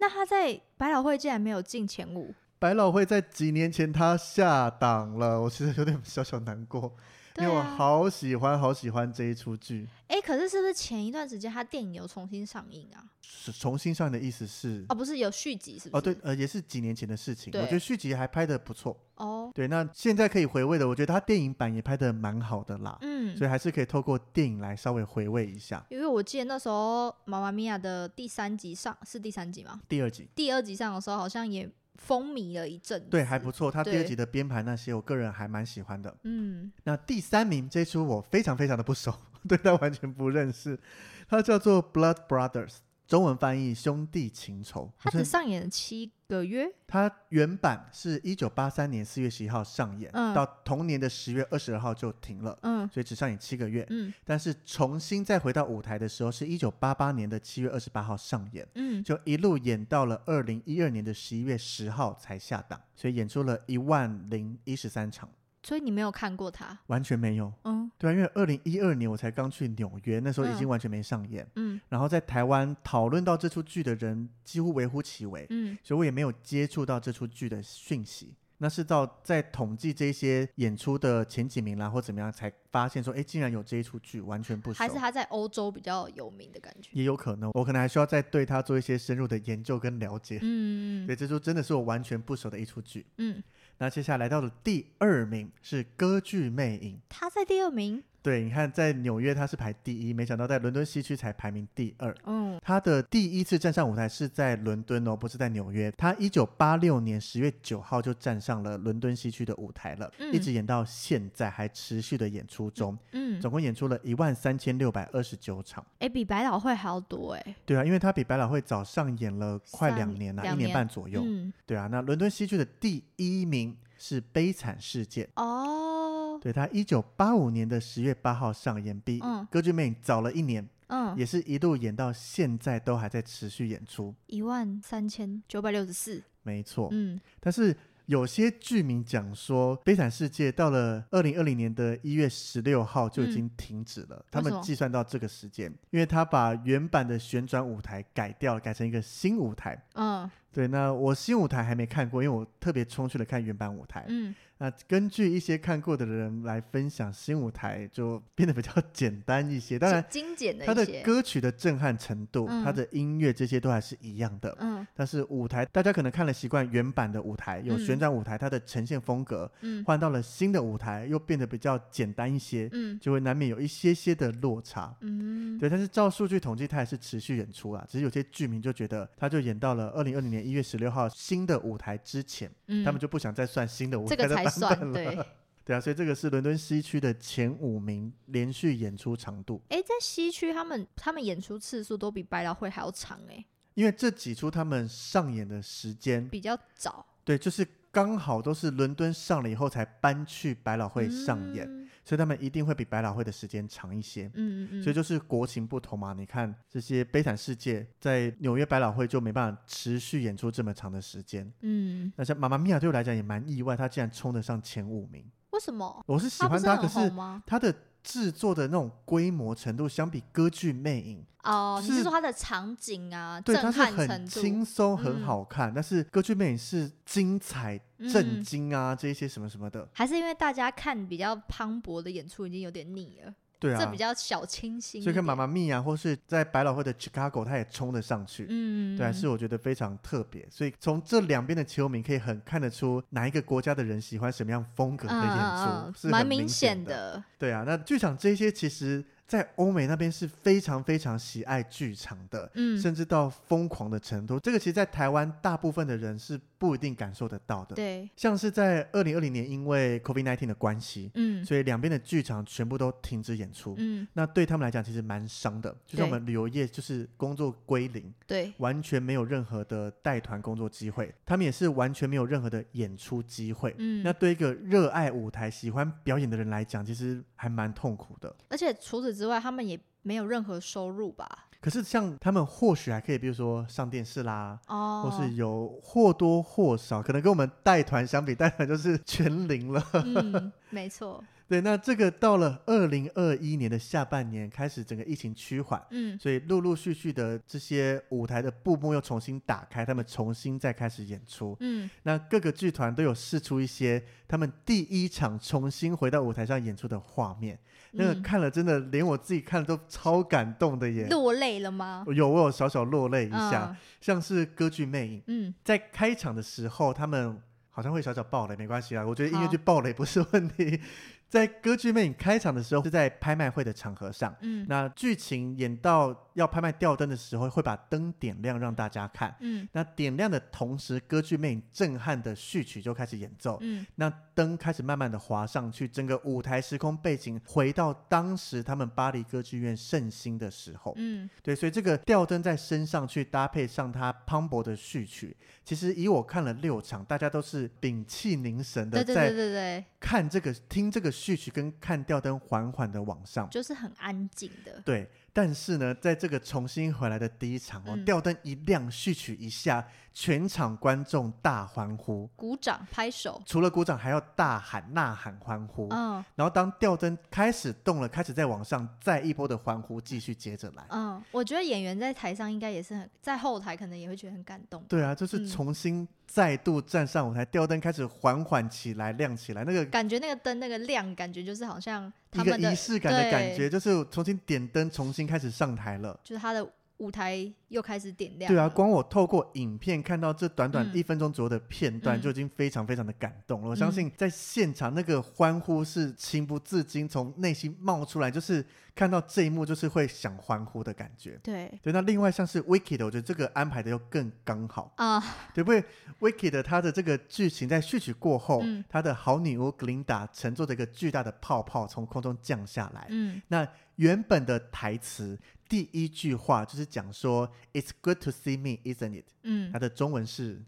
B: 那他在百老汇竟然没有进前五，
A: 百老汇在几年前他下档了，我其实有点小小难过，
B: 对
A: 因为我
B: 啊，
A: 好喜欢好喜欢这一出剧。
B: 哎、可是是不是前一段时间他电影有重新上映啊？
A: 是重新上映的意思是
B: 哦，不是有续集是不是？
A: 哦，对，，呃，也是几年前的事情。我
B: 对
A: 觉得续集还拍的不错。
B: 哦，
A: 对，那现在可以回味的，我觉得他电影版也拍的蛮好的啦，
B: 嗯
A: 所，以还是可以透过电影来稍微回味一下
B: 因为我记得那时候《妈妈咪呀》的第三集上是第三集吗？
A: 第二集。
B: 第二集上的时候好像也风靡了一阵子，
A: 对，还不错。他第二
B: 对
A: 集的编排那些，我个人还蛮喜欢的。
B: 嗯，
A: 那第三名这一出我非常非常的不熟， 对他完全不认识。它叫做《Blood Brothers》，中文翻译《兄弟情仇》。
B: 他
A: 我
B: 只
A: 真
B: 上演了七个月，
A: 它原版是一九八三年四月十一号上演，
B: 嗯
A: 到同年的十月二十二号就停了，
B: 嗯
A: 所以只上演七个月。
B: 嗯
A: 但是重新再回到舞台的时候，是一九八八年的七月二十八号上演。
B: 嗯，
A: 就一路演到了二零一二年的十一月十号才下档，所以演出了一万零一十三场，
B: 所以你没有看过他，
A: 完全没有。
B: 嗯
A: 对啊，因为二零一二年我才刚去纽约，那时候已经
B: 嗯
A: 完全没上演。
B: 嗯
A: 然后在台湾讨论到这出剧的人几乎微乎其微，
B: 嗯，
A: 所以我也没有接触到这出剧的讯息。那是到在统计这些演出的前几名啦，或怎么样，才发现说，哎，竟然有这一出剧，完全不熟。
B: 还是他在欧洲比较有名的感觉，
A: 也有可能，我可能还需要再对他做一些深入的研究跟了解。
B: 嗯
A: 对，这出真的是我完全不熟的一出剧。
B: 嗯，
A: 那接下来到了第二名是歌剧《魅影》。
B: 他在第二名，
A: 对，你看，在纽约它是排第一，没想到在伦敦西区才排名第二。
B: 嗯
A: 他的第一次站上舞台是在伦敦哦，不是在纽约。他一九八六年十月九号就站上了伦敦西区的舞台了，
B: 嗯
A: 一直演到现在，还持续的演出中，
B: 嗯，
A: 总共演出了一万三千六百二十九场。
B: 哎、比百老汇还要多哎、
A: 对啊，因为他比百老汇早上演了快
B: 三
A: 两年啊，
B: 两
A: 一年
B: 年
A: 半左右。
B: 嗯
A: 对啊，那伦敦西区的第一名是《悲惨世界》。
B: 哦，
A: 对他，一九八五年的十月八号上演，比
B: 嗯
A: 《歌剧魅影》早了一年，
B: 嗯，
A: 也是一路演到现在都还在持续演出。
B: 一万三千九百六十四，
A: 没错，
B: 嗯
A: 但是有些剧迷讲说，《悲惨世界》到了二零二零年的一月十六号就已经停止了，他
B: 嗯为
A: 们
B: 什么
A: 计算到这个时间，因为他把原版的旋转舞台改掉了，改成一个新舞台。
B: 嗯
A: 对，那我新舞台还没看过，因为我特别冲去了看原版舞台。
B: 嗯，
A: 那根据一些看过的人来分享，新舞台就变得比较简单一些。当然，
B: 精简的
A: 它
B: 一
A: 的
B: 些，
A: 歌曲的震撼程度、
B: 嗯
A: 它的音乐这些都还是一样的。
B: 嗯
A: 但是舞台，大家可能看了习惯原版的舞台，有
B: 嗯
A: 旋转舞台，它的呈现风格
B: 嗯
A: 换到了新的舞台，又变得比较简单一些，
B: 嗯
A: 就会难免有一些些的落差。
B: 嗯，
A: 对，但是照数据统计，它还是持续演出啊。只是有些剧迷就觉得，他就演到了二零二零年一月十六号新的舞台之前，
B: 嗯
A: 他们就不想再算新的舞
B: 这
A: 台
B: 个
A: 的
B: 才
A: 版
B: 算
A: 本了。
B: 对。
A: 对啊，所以这个是伦敦西区的前五名连续演出长度，
B: 哎、在西区他们他们演出次数都比百老汇还要长哎、
A: 因为这几出他们上演的时间，
B: 比较早
A: 对，就是刚好都是伦敦上了以后才搬去百老汇上演，
B: 嗯
A: 所以他们一定会比百老汇的时间长一些。
B: 嗯嗯，
A: 所以就是国情不同嘛，你看这些悲惨世界在纽约百老汇就没办法持续演出这么长的时间。
B: 嗯，
A: 那像《妈妈咪呀》对我来讲也蛮意外，它竟然冲得上前五名。
B: 为什么？
A: 我是喜
B: 他不
A: 欢
B: 是
A: 它，可
B: 很
A: 是
B: 红吗？
A: 它的制作的那种规模程度，相比歌剧《魅影》，
B: 哦，你
A: 是
B: 是说它的场景啊，
A: 对，它
B: 震
A: 是
B: 撼
A: 很
B: 程度
A: 轻，松、
B: 嗯
A: 很好看，但是歌剧《魅影》是精彩、震
B: 嗯
A: 惊啊，这一些什么什么的。
B: 还是因为大家看比较磅礴的演出已经有点腻了，
A: 对啊，
B: 这比较小清新一点。
A: 所以跟妈妈咪呀，啊或是在百老汇的 Chicago，它也冲得上去。
B: 嗯，嗯，
A: 对啊，
B: 嗯
A: 是我觉得非常特别，所以从这两边的球迷可以很看得出哪一个国家的人喜欢什么样风格的演出，
B: 嗯嗯嗯
A: 是
B: 蛮
A: 很
B: 明
A: 明显
B: 显。的。
A: 对啊，那剧场这些其实在欧美那边是非常非常喜爱剧场的，
B: 嗯，
A: 甚至到疯狂的程度。这个其实，在台湾大部分的人是不一定感受得到的。
B: 对，
A: 像是在二零二零年，因为 COVID-19 的关系，
B: 嗯
A: 所以两边的剧场全部都停止演出。
B: 嗯，
A: 那对他们来讲，其实蛮伤的。就像我
B: 对
A: 们旅游业，就是工作归零，
B: 对，
A: 完全没有任何的带团工作机会，他们也是完全没有任何的演出机会。
B: 嗯，
A: 那对一个热爱舞台、喜欢表演的人来讲，其实还蛮痛苦的。
B: 而且除此之外，他们也没有任何收入 吧？
A: 可是像他们或许还可以，比如说上电视啦，
B: 哦，
A: 或是有或多或少，可能跟我们带团相比，带团就是全零了。
B: 嗯，没错，
A: 对，那这个到了二零二一年的下半年开始，整个疫情趋缓，
B: 嗯，
A: 所以陆陆续续的这些舞台的布幕又重新打开，他们重新再开始演出。
B: 嗯，
A: 那各个剧团都有试出一些他们第一场重新回到舞台上演出的画面，那个
B: 嗯
A: 看了真的连我自己看了都超感动的耶！
B: 落泪了吗？
A: 有我有小小落泪一下，
B: 嗯
A: 像是歌剧《魅影》
B: 嗯，
A: 在开场的时候，他们好像会小小爆雷，没关系啦，啊我觉得音乐
B: 好
A: 剧爆雷不是问题。 在歌剧《魅影》开场的时候是在拍卖会的场合上，
B: 嗯，
A: 那剧情演到要拍卖吊灯的时候，会把灯点亮让大家看。
B: 嗯，
A: 那点亮的同时，歌剧魅影震撼的序曲就开始演奏，
B: 嗯，
A: 那灯开始慢慢的滑上去，整个舞台时空背景回到当时他们巴黎歌剧院盛兴的时候。
B: 嗯，
A: 对，所以这个吊灯再升上去，搭配上它磅礴的序曲，其实以我看了六场，大家都是屏气凝神的
B: 对对对
A: 在
B: 对对，
A: 看这个、听这个序曲，跟看吊灯缓缓的往上。
B: 就是很安静的，
A: 对，但是呢，在这个重新回来的第一场哦，
B: 嗯
A: 吊灯一亮，序曲一下，全场观众大欢呼，
B: 鼓掌拍手，
A: 除了鼓掌，还要大喊、呐喊、欢呼。
B: 嗯
A: 然后当吊灯开始动了，开始再往上，再一波的欢呼继续接着来。
B: 嗯，我觉得演员在台上应该也是很，在后台可能也会觉得很感动，
A: 对啊，就
B: 嗯
A: 是重新再度站上舞台，吊灯开始缓缓起来，亮起来，那个
B: 感觉那个灯那个亮，感觉就是好像
A: 一
B: 他
A: 个
B: 们的
A: 仪式感的感
B: 对
A: 觉，就是重新点灯，重新开始上台了。
B: 就是他的舞台又开始点亮了，
A: 对啊，光我透过影片看到这短短
B: 嗯
A: 一分钟左右的片段，
B: 嗯
A: 就已经非常非常的感动了。我相
B: 嗯
A: 信在现场那个欢呼是情不自禁从内心冒出来，就是看到这一幕就是会想欢呼的感觉。
B: 对
A: 对，那另外像是 Wicked，我觉得这个安排的又更刚好，
B: 啊，
A: 对不对？Wicked 它的这个剧情在序曲过后，
B: 嗯
A: 它的好女巫格琳达乘坐着一个巨大的泡泡从空中降下来，
B: 嗯
A: 那原本的台词第一句话就是讲说 "It's good to see me, isn't it？"
B: 嗯
A: 它，的中文是，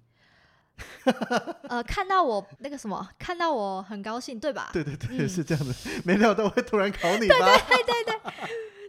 B: 呃，看到我那个什么，看到我很高兴，对吧？
A: 对对对，
B: 嗯
A: 是这样的。 没料到会突然考你吧？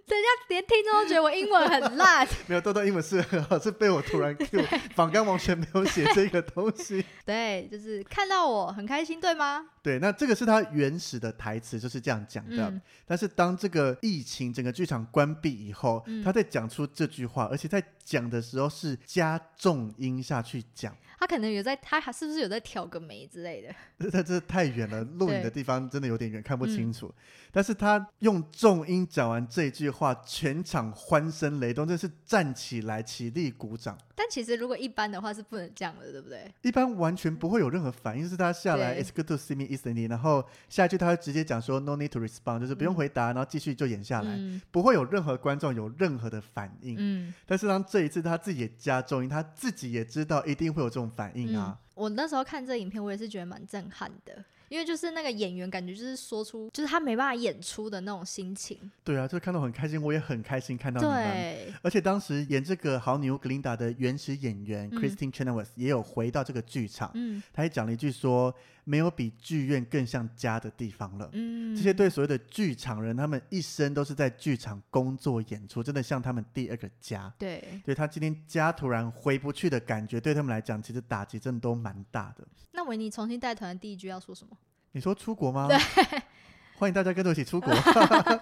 B: 人家连听众都觉得我英文很烂，
A: 没有，豆豆英文是 很好，是被我突然 Q，仿纲完全没有写这个东西。
B: 对，就是看到我很开心，对吗？
A: 对，那这个是他原始的台词，就是这样讲的。
B: 嗯
A: 但是当这个疫情整个剧场关闭以后，
B: 嗯
A: 他在讲出这句话，而且在讲的时候是加重音下去讲。
B: 他可能有在，他还是不是有在挑个眉之类的？
A: 这这太远了，录影
B: 对嗯
A: 的地方真的有点远，看不清楚。但是他用重音讲完这句话，全场欢声雷动，真是站起来起立鼓掌。
B: 但其实如果一般的话是不能这样的，对不对？
A: 一般完全不会有任何反应，就是他下来
B: 对
A: ，It's good to see me, isn't it？然后下一句他会直接讲说 No need to respond，就是不用回答，然后继续就演下来，
B: 嗯
A: 不会有任何观众有任何的反应。
B: 嗯
A: 但是当这一次他自己也加重音，他自己也知道一定会有这种反应啊。
B: 我那时候看这影片，我也是觉得蛮震撼的。因为就是那个演员，感觉就是说出，就是他没办法演出的那种心情。
A: 对啊，就看到很开心，我也很开心看到你们。
B: 对，
A: 而且当时演这个好女巫格琳达的原始演员
B: 嗯
A: Christine Chenoweth 也有回到这个剧场，
B: 嗯
A: 她也讲了一句说：“没有比剧院更像家的地方了。
B: 嗯，
A: 这些对所谓的剧场人，他们一生都是在剧场工作演出，真的像他们第二个家。
B: 对。
A: 对他今天家突然回不去的感觉，对他们来讲，其实打击真的都蛮大的。
B: 那维尼重新带团的第一句要说什么？
A: 你说出国吗？欢迎大家跟着我一起 出国。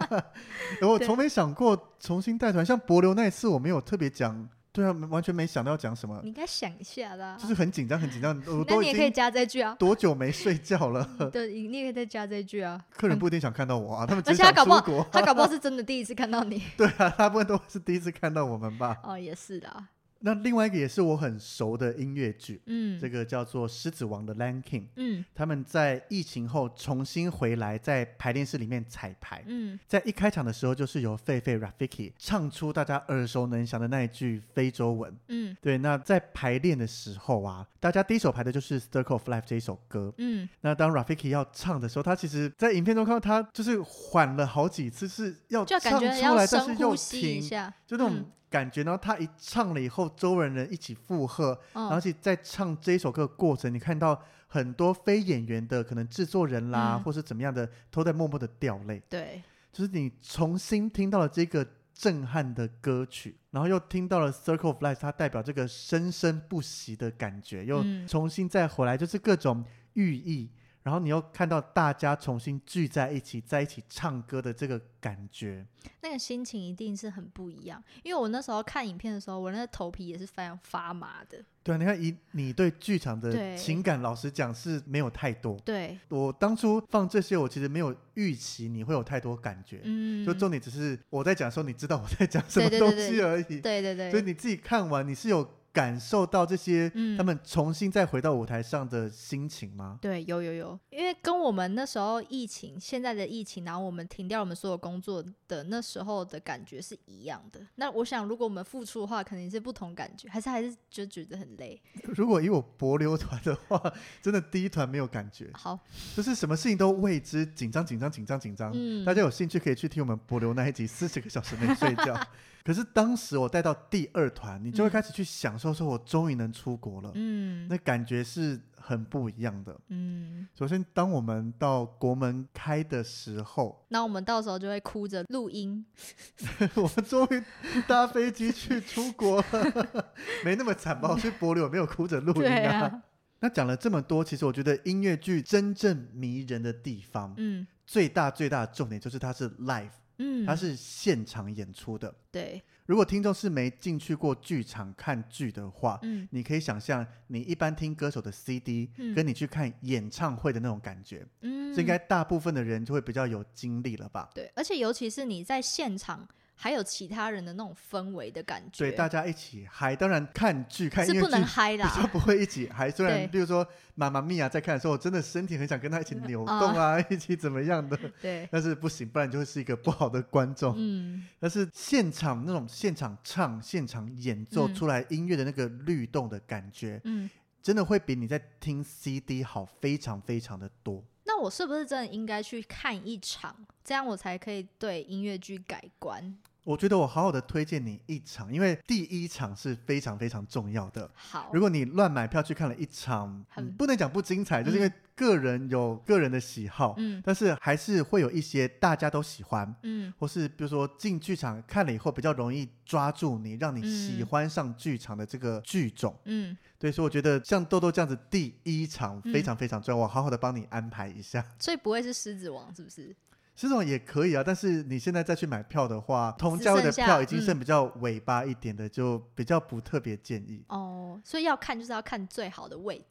A: 我从没想过重新带团，像博流那一次，我没有特别讲，对啊，完全没想到要讲什么
B: 你。应该想一下啦。啊
A: 就是很紧张，很紧 张，我
B: 那
A: 都
B: 你也
A: 已
B: 可以
A: 经，
B: 加这句啊
A: 多久没睡觉了？
B: 对，你你也可以再加这句啊。
A: 客人不一定想看到我 啊，他们只
B: 而且
A: 想
B: 他搞不
A: 出
B: 好
A: 国。
B: 他搞不好是真的第一次看到你
A: 对啊，大部分都是第一次看到我们吧。
B: 哦，也是啦，
A: 那另外一个也是我很熟的音乐剧，
B: 嗯，
A: 这个叫做《狮子王》的 Lion King，
B: 嗯
A: 他们在疫情后重新回来，在排练室里面彩排。
B: 嗯
A: 在一开场的时候，就是由狒狒 Rafiki 唱出大家耳熟能详的那一句非洲文。
B: 嗯
A: 对，那在排练的时候啊，大家第一首排的就是《Circle of Life》这一首歌。
B: 嗯，
A: 那当 Rafiki 要唱的时候，他其实，在影片中看到他就是缓了好几次，是要
B: 就
A: 唱
B: 感
A: 出
B: 觉
A: 来
B: 要，
A: 但是
B: 深
A: 又
B: 呼吸一
A: 停，
B: 下，
A: 就那种
B: 嗯
A: 感觉。然后他一唱了以后，周围人一起附和，然后
B: 嗯
A: 而且在唱这一首歌的过程，你看到很多非演员的可能制作人啦，
B: 嗯
A: 或是怎么样的，都在默默的掉泪。
B: 对，
A: 就是你重新听到了这个震撼的歌曲，然后又听到了《Circle of Life》，它代表这个生生不息的感觉，又
B: 嗯
A: 重新再回来，就是各种寓意。然后你又看到大家重新聚在一起，在一起唱歌的这个感觉，
B: 那个心情一定是很不一样。因为我那时候看影片的时候，我那个头皮也是非常发麻的。
A: 对啊，你看以你对剧场的
B: 对
A: 情感，老实讲是没有太多。
B: 对，
A: 我当初放这些，我其实没有预期你会有太多感觉，
B: 嗯，
A: 就重点只是我在讲的时候，你知道我在讲什么
B: 对对
A: 东
B: 对
A: 西而已。
B: 对对对，
A: 所以你自己看完，你是有感受到这些
B: 嗯
A: 他们重新再回到舞台上的心情吗？
B: 对，有有有，因为跟我们那时候疫情，现在的疫情，然后我们停掉我们所有工作的那时候的感觉是一样的。那我想，如果我们付出的话，肯定是不同感觉，还是还是就觉得很累。
A: 如果以我柏流团的话，真的第一团没有感觉，
B: 好，
A: 就是什么事情都未知，紧张紧张紧张紧张。
B: 嗯，
A: 大家有兴趣可以去听我们柏流那一集，四十个小时没睡 觉。可是当时我带到第二团，你就会
B: 嗯
A: 开始去享受，说我终于能出国了，
B: 嗯
A: 那感觉是很不一样的。
B: 嗯，
A: 首先，当我们到国门开的时候，
B: 那我们到时候就会哭着录音，
A: 我们终于搭飞机去出国了， 没那么惨吧？我去柏流没有哭着录音
B: 对
A: 啊。
B: 啊，
A: 那讲了这么多，其实我觉得音乐剧真正迷人的地方，
B: 嗯
A: 最大最大的重点就是它是 live，
B: 嗯，
A: 它是现场演出的。
B: 对，
A: 如果听众是没进去过剧场看剧的话，
B: 嗯
A: 你可以想象你一般听歌手的 CD，、
B: 嗯
A: 跟你去看演唱会的那种感觉，
B: 嗯，
A: 这应该大部分的人就会比较有经历了吧？
B: 对，而且尤其是你在现场，还有其他人的那种氛围的感觉，
A: 所以大家一起嗨，当然看剧看音
B: 是
A: 乐
B: 不能
A: 剧
B: 嗨
A: 比较
B: 啦，
A: 不会一起嗨。虽然
B: 对
A: 比如说妈妈咪呀在看的时候，我真的身体很想跟她一起扭动啊，
B: 哦
A: 一起怎么样的，
B: 对，
A: 但是不行，不然就会是一个不好的观众。
B: 嗯
A: 但是现场那种现场唱、现场演奏
B: 嗯
A: 出来音乐的那个律动的感觉，
B: 嗯。
A: 真的会比你在听 CD 好非常非常的多。
B: 那我是不是真的应该去看一场，这样我才可以对音乐剧改观？
A: 我觉得我好好的推荐你一场，因为第一场是非常非常重要的。
B: 好
A: 如，果你乱买票去看了一场，
B: 哦很
A: 嗯不能讲不精彩，就是因为个人有个人的喜好，
B: 嗯
A: 但是还是会有一些大家都喜欢，
B: 嗯
A: 或是比如说进剧场看了以后比较容易抓住你，让你喜欢上剧场的这个剧种。
B: 嗯，
A: 对，所以我觉得像豆豆这样子，第一场非常非常重要，我好好的帮你安排一下。
B: 所以不会是狮子王，是不是？
A: 这种也可以啊，但是你现在再去买票的话，同价位的票已经
B: 只剩下嗯
A: 剩比较尾巴一点的，就比较不特别建议。
B: 哦，所以要看就是要看最好的位置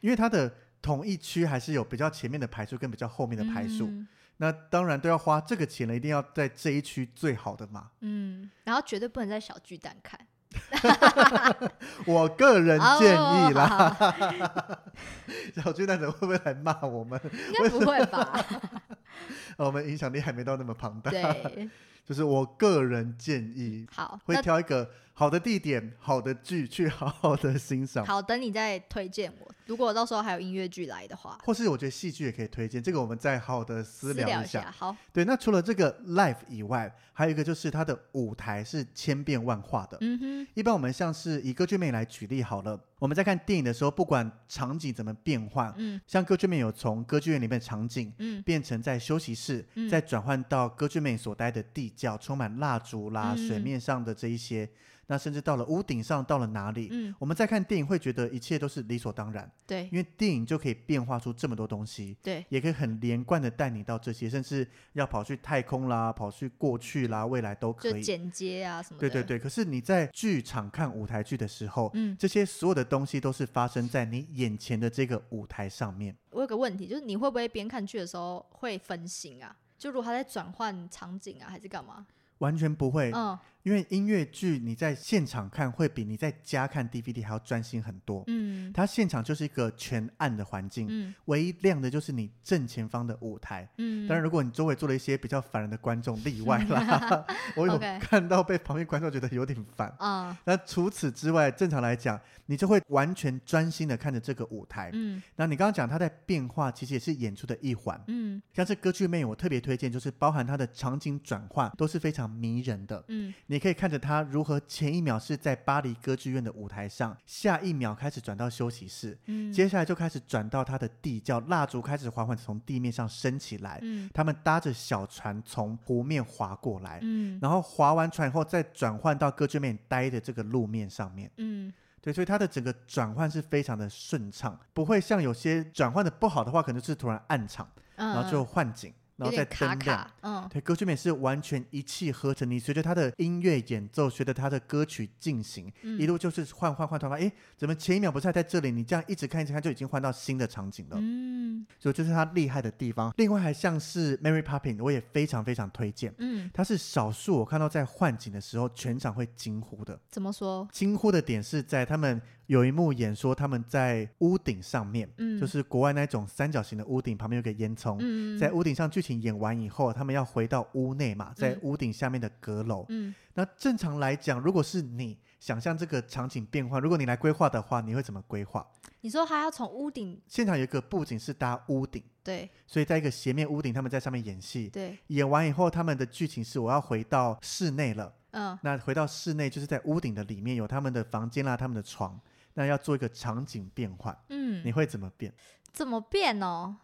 A: 因为它的同一区还是有比较前面的排数跟比较后面的排数，
B: 嗯
A: 那当然都要花这个钱了，一定要在这一区最好的嘛。
B: 嗯，然后绝对不能在小巨蛋看。
A: 我个人建议啦，
B: 哦好好好
A: 小巨蛋的会不会来骂我们？
B: 应该不会吧？
A: 呃我们影响力还没到那么庞大，
B: 对，嗯
A: 就是我个人建议
B: 好，
A: 会
B: 那
A: 挑一个好的地点、好的剧去好好的欣赏。
B: 好，等你再推荐我。如果到时候还有音乐剧来的话，
A: 或是我觉得戏剧也可以推荐，这个我们再好好的私
B: 私聊
A: 一
B: 下。好，
A: 对，那除了这个 live 以外，还有一个就是它的舞台是千变万化的。
B: 嗯哼，
A: 一般我们像是以歌剧魅来举例好了，我们在看电影的时候，不管场景怎么变换，
B: 嗯
A: 像歌剧魅有从歌剧院里面的场景
B: 嗯
A: 变成在休息室，
B: 嗯
A: 再转换到歌剧魅所待的地窖，充满蜡烛啦、
B: 嗯
A: 水面上的这一些，那甚至到了屋顶上，到了哪里，
B: 嗯，
A: 我们再看电影会觉得一切都是理所当然，
B: 对
A: 因为电影就可以变化出这么多东西。
B: 对，
A: 也可以很连贯的带你到这些，甚至要跑去太空啦，跑去过去啦，未来都可
B: 就
A: 以。
B: 剪接啊什么
A: 对
B: 的。
A: 对，对，可是你在剧场看舞台剧的时候，
B: 嗯，
A: 这些所有的东西都是发生在你眼前的这个舞台上面。
B: 我有个问题，就是你会不会边看剧的时候会分心啊？就如果他在转换场景啊，还是干嘛？
A: 完全不会，
B: 嗯
A: 因为音乐剧你在现场看会比你在家看 DVD 还要专心很多。
B: 嗯
A: 它现场就是一个全暗的环境，
B: 嗯
A: 唯一亮的就是你正前方的舞台。
B: 嗯，
A: 当然，如果你周围坐了一些比较烦人的观众例外啦， 我有
B: 嗯 OK
A: 看到被旁边观众觉得有点烦。
B: 啊，
A: 那除此之外，正常来讲，你就会完全专心的看着这个舞台。
B: 嗯
A: 那你刚刚讲它在变化，其实也是演出的一环。
B: 嗯
A: 像是歌剧魅影，我特别推荐，就是包含它的场景转换都是非常迷人的。
B: 嗯
A: 你可以看着它如何前一秒是在巴黎歌剧院的舞台上，下一秒开始转到休息室，
B: 嗯，
A: 接下来就开始转到它的地窖，蜡烛开始缓缓地从地面上升起来。
B: 嗯
A: 他们搭着小船从湖面划过来，
B: 嗯
A: 然后划完船以后再转换到歌剧面待的这个路面上面。
B: 嗯
A: 对，所以它的整个转换是非常的顺畅，不会像有些转换的不好的话，可能就是突然暗场，
B: 嗯，
A: 然后就换景，然后
B: 有
A: 再
B: 点
A: 灯
B: 卡
A: 亮。
B: 卡，嗯，
A: 对，歌曲美是完全一气呵成，你随着它的音乐演奏，随着它的歌曲进行，
B: 嗯
A: 一路就是换换换，突然发现，哎，怎么前一秒不是还在这里？你这样一直看一直看，就已经换到新的场景了。
B: 嗯
A: 所以这是它厉害的地方。另外还像是 Mary Poppins，我也非常非常推荐。
B: 嗯，
A: 它是少数我看到在换景的时候全场会惊呼的，
B: 怎么说？
A: 惊呼的点是在他们有一幕演说他们在屋顶上面，
B: 嗯
A: 就是国外那种三角形的屋顶，旁边有个烟囱，
B: 嗯，
A: 在屋顶上剧情演完以后，他们要回到屋内嘛，在屋顶下面的阁楼。
B: 嗯
A: 那正常来讲，如果是你想象这个场景变化，如果你来规划的话，你会怎么规划？
B: 你说还要从屋顶，
A: 现场有一个布景是搭屋顶，
B: 对
A: 所以在一个斜面屋顶，他们在上面演戏。
B: 对，
A: 演完以后，他们的剧情是我要回到室内了。
B: 嗯
A: 那回到室内就是在屋顶的里面有他们的房间啦，他们的床。那要做一个场景变换，你
B: 嗯，
A: 会怎么变？
B: 怎么变哦？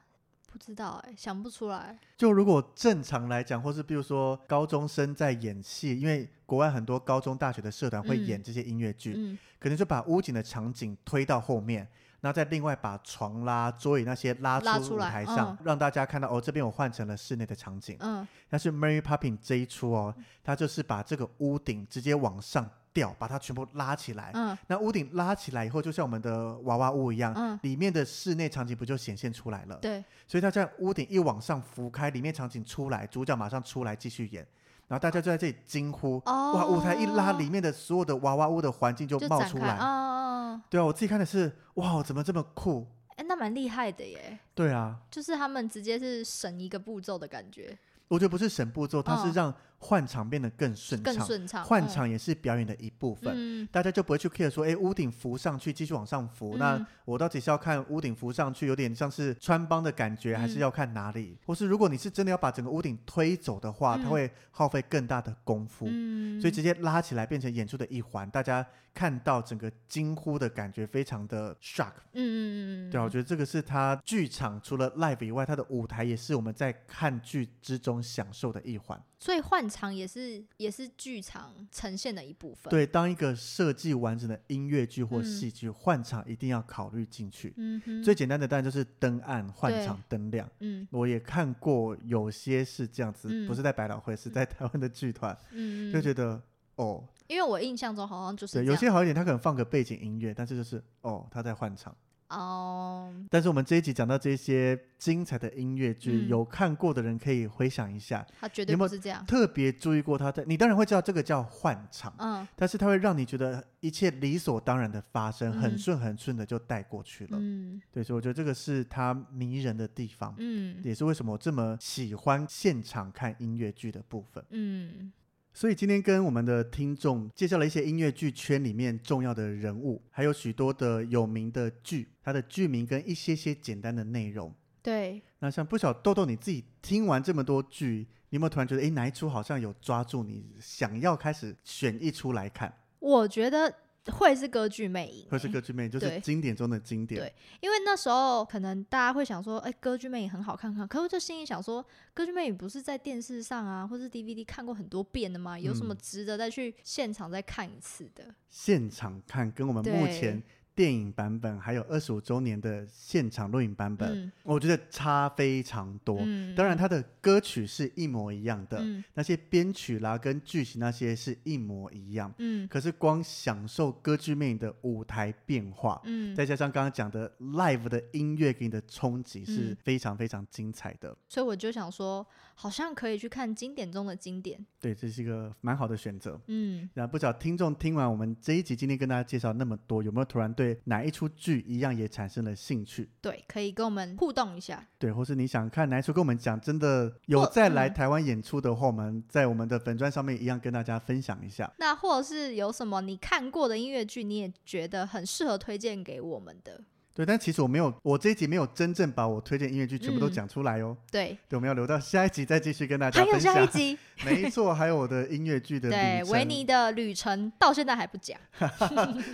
B: 不知道哎、想不出来。
A: 就如果正常来讲，或是比如说高中生在演戏，因为国外很多高中、大学的社团会
B: 嗯
A: 演这些音乐剧，
B: 嗯
A: 可能就把屋景的场景推到后面，然后再另外把床啦、桌椅那些拉
B: 拉
A: 出
B: 出
A: 舞
B: 来
A: 台上，让大家看到哦，这边我换成了室内的场景。
B: 嗯，
A: 但是 Mary Poppins 这一出哦，它就是把这个屋顶直接往上吊，把它全部拉起来。
B: 嗯
A: 那屋顶拉起来以后，就像我们的娃娃屋一样，
B: 嗯
A: 里面的室内场景不就显现出来了？
B: 对，
A: 所以大家屋顶一往上浮开，里面场景出来，主角马上出来继续演，然后大家就在这里惊呼，
B: 哦，
A: 哇！舞台一拉，里面的所有的娃娃屋的环境就
B: 就
A: 冒
B: 展
A: 出
B: 开
A: 来。
B: 啊啊！啊
A: 对啊，我自己看的是，哇，怎么这么酷？
B: 哎、那蛮厉害的耶，
A: 对啊，
B: 就是他们直接是省一个步骤的感觉，
A: 我觉得不是省步骤，它是
B: 嗯
A: 让换场变得更顺
B: 更
A: 畅，
B: 顺畅。
A: 换
B: 嗯，
A: 场也是表演的一部分。
B: 嗯
A: 大家就不会去 care 说，哎，屋顶浮上去，继续往上浮。那
B: 嗯
A: 我到底是要看屋顶浮上去，有点像是穿帮的感觉，还是
B: 嗯
A: 要看哪里？或是如果你是真的要把整个屋顶推走的话，它
B: 嗯
A: 会耗费更大的功夫。
B: 嗯，
A: 所以直接拉起来变成演出的一环，大家看到整个惊呼的感觉非常的 shock。
B: 嗯嗯嗯嗯，
A: 对啊，我觉得这个是它剧场除了 live 以外，它的舞台也是我们在看剧之中享受的一环。
B: 所以换场也是也是剧场呈现的一部分。，
A: 对，当一个设计完整的音乐剧或
B: 嗯
A: 戏剧，换场一定要考虑进去。
B: 嗯哼，
A: 最简单的当然就是灯暗换场灯亮。
B: 嗯
A: 我也看过有些是这样子，
B: 嗯
A: 不是在百老汇，是在台湾的剧团，
B: 嗯，
A: 就
B: 嗯
A: 觉得哦，
B: 因为我印象中好像就是
A: 对，
B: 这
A: 有
B: 样
A: 些好一点，他可能放个背景音乐，但是就是哦，他在换场。
B: 哦，
A: 但是我们这一集讲到这些精彩的音乐剧，
B: 嗯
A: 有看过的人可以回想一下，
B: 他绝
A: 有
B: 对
A: 没有
B: 不是这样。
A: 特别注意过他在，你当然会知道这个叫换场，
B: 嗯
A: 但是它会让你觉得一切理所当然的发生，很
B: 嗯
A: 顺很顺的就带过去了。
B: 嗯
A: 对，所以我觉得这个是它迷人的地方，
B: 嗯
A: 也是为什么我这么喜欢现场看音乐剧的部分。
B: 嗯，
A: 所以今天跟我们的听众介绍了一些音乐剧圈里面重要的人物，还有许多的有名的剧，它的剧名跟一些些简单的内容。
B: 对，
A: 那像不晓豆豆你自己听完这么多剧，你有没有突然觉得，诶，哪一出好像有抓住你，想要开始选一出来看？
B: 我觉得会是歌剧魅影、
A: 或是
B: 欸
A: 歌剧魅影，就是
B: 对
A: 经典中的经典。
B: 对因为那时候可能大家会想说，哎、歌剧魅影很好看看，可我就心里想说，歌剧魅影不是在电视上啊，或是 DVD 看过很多遍的吗？有什么
A: 嗯
B: 值得再去现场再看一次的？
A: 现场看跟我们目前
B: 对
A: 电影版本还有二十五周年的现场录影版本，
B: 嗯
A: 我觉得差非常多。
B: 嗯
A: 当然，它的歌曲是一模一样的，
B: 嗯
A: 那些编曲啦跟剧情那些是一模一样。
B: 嗯
A: 可是光享受歌剧魅影的舞台变化，
B: 嗯，
A: 再加上刚刚讲的 live 的音乐给你的冲击是
B: 嗯
A: 非常非常精彩的。
B: 所以我就想说，好像可以去看经典中的经典。
A: 对，这是一个蛮好的选择。
B: 嗯，
A: 那不晓得听众听完我们这一集，今天跟大家介绍那么多，有没有突然对哪一出剧一样也产生了兴趣？
B: 对，可以跟我们互动一下。
A: 对，或是你想看哪一出跟我们讲，真的有再来台湾演出的话，我们在我们的粉砖上面一样跟大家分享一下。
B: 那或者是有什么你看过的音乐剧，你也觉得很适合推荐给我们的？
A: 对，但其实我没有，我这一集没有真正把我推荐音乐剧全部都
B: 嗯
A: 讲出来哦。
B: 对，
A: 对，我们要留到下一集再继续跟大家
B: 还有
A: 分享。
B: 下一集，
A: 没错，还有我的音乐剧的
B: 对
A: 旅程
B: 维尼的旅程到现在还不讲，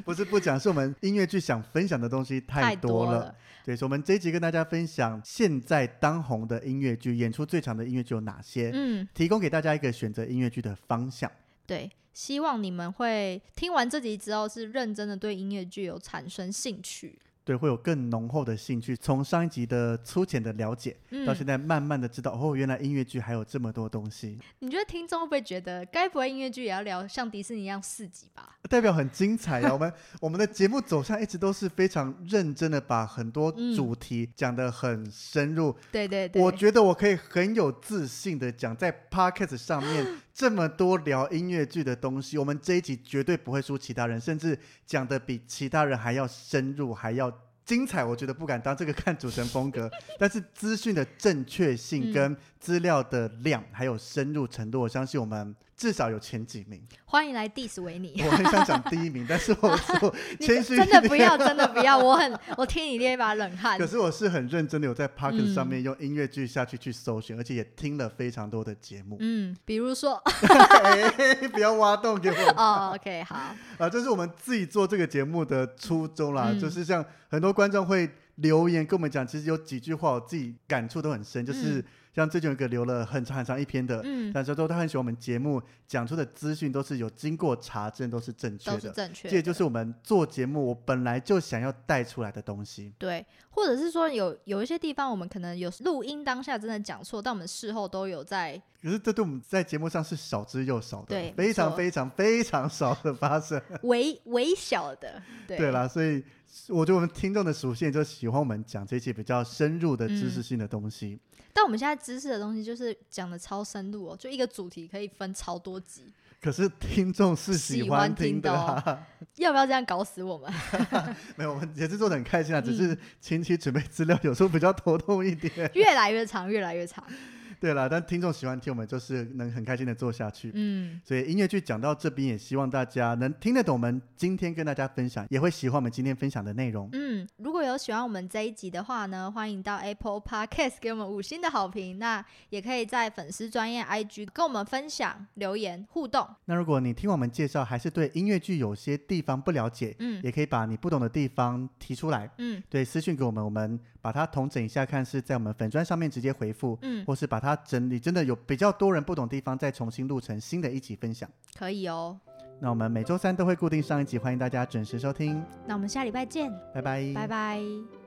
A: 不是不讲，是我们音乐剧想分享的东西太多
B: 多
A: 了。。对，所以我们这一集跟大家分享现在当红的音乐剧，演出最长的音乐剧有哪些，
B: 嗯，
A: 提供给大家一个选择音乐剧的方向。
B: 对，希望你们会听完这集之后是认真的对音乐剧有产生兴趣。
A: 对，会有更浓厚的兴趣。从上一集的粗浅的了解，
B: 嗯
A: 到，现在慢慢的知道，哦，原来音乐剧还有这么多东西，
B: 你觉得听众会不会觉得，该不会音乐剧也要聊像迪士尼一样四集吧？
A: 代表很精彩啊 呀、我们我们的节目走向一直都是非常认真的，把很多
B: 嗯
A: 主题讲得很深入。
B: 对对对，
A: 我觉得我可以很有自信的讲，在 podcast 上 面这么多聊音乐剧的东西，我们这一集绝对不会输其他人，甚至讲的比其他人还要深入，还要精彩。我觉得不敢当，这个看主持人风 格，但是资讯的正确性
B: 嗯
A: 跟资料的量，还有深入程度，我相信我们至少有前几 名。
B: 欢迎来 diss 维 尼。
A: 我很想讲第一名，但是我我
B: 你
A: 谦虚一
B: 真的
A: 点
B: 不要，真的不 要，我很我替你捏一把冷汗
A: 可。是我是很认真的，有在 p o c k e t
B: 嗯
A: 上面用音乐剧下去去搜寻，而且也听了非常多的节目。
B: 嗯，比 如说，
A: 哎不要挖洞给我
B: 哦，OK，好，
A: 啊！这是我们自己做这个节目的初衷啦，
B: 嗯
A: 就是像很多观众会留言跟我们讲，其实有几句话我自己感触都很深，就是像最近有一个留了很长很长一篇的，
B: 嗯，
A: 但是说他很喜欢我们节目讲出的资讯都是有经过查证，都是正确
B: 都是
A: 的。
B: 正确的。
A: 这也就是我们做节目，我本来就想要带出来的东西。
B: 对，或者是说有有一些地方我们可能有录音当下真的讲错，但我们事后都有在
A: 可是这对我们在节目上是少之又少的，
B: 对
A: 非
B: 没
A: 常
B: 错
A: 非常非常少的发生。
B: 微 微小的，对
A: 对啦，所以我觉得我们听众的属性就喜欢我们讲这些比较深入的知识性的东西。
B: 但我们现在知识的东西就是讲的超深入哦，就一个主题可以分超多集，
A: 可是听众是喜欢听的、
B: 喜欢哦
A: 啊，
B: 要不要这样搞死我们？
A: 没有，我们也是做的很开心啊，只
B: 嗯
A: 是前期准备资料有时候比较头痛一点。
B: 越来越长，越来越长。
A: 对啦，但听众喜欢听，我们就是能很开心的做下去。
B: 嗯，
A: 所以音乐剧讲到这边，也希望大家能听得懂我们今天跟大家分享，也会喜欢我们今天分享的内容。
B: 嗯，如果有喜欢我们这一集的话呢，欢迎到 Apple Podcast 给我们五星的好评。那也可以在粉丝专业 IG 跟我们分享、留言、互动。
A: 那如果你听我们介绍，还是对音乐剧有些地方不了解，
B: 嗯
A: 也可以把你不懂的地方提出来，
B: 嗯
A: 对，私讯给我们，我们把它统整一下，看是在我们粉砖上面直接回复，
B: 嗯，
A: 或是把它整理，真的有比较多人不懂地方，再重新录成新的一集分享。
B: 可以哦。
A: 那我们每周三都会固定上一集，欢迎大家准时收听，
B: 那我们下礼拜见，
A: 拜拜，
B: 拜拜。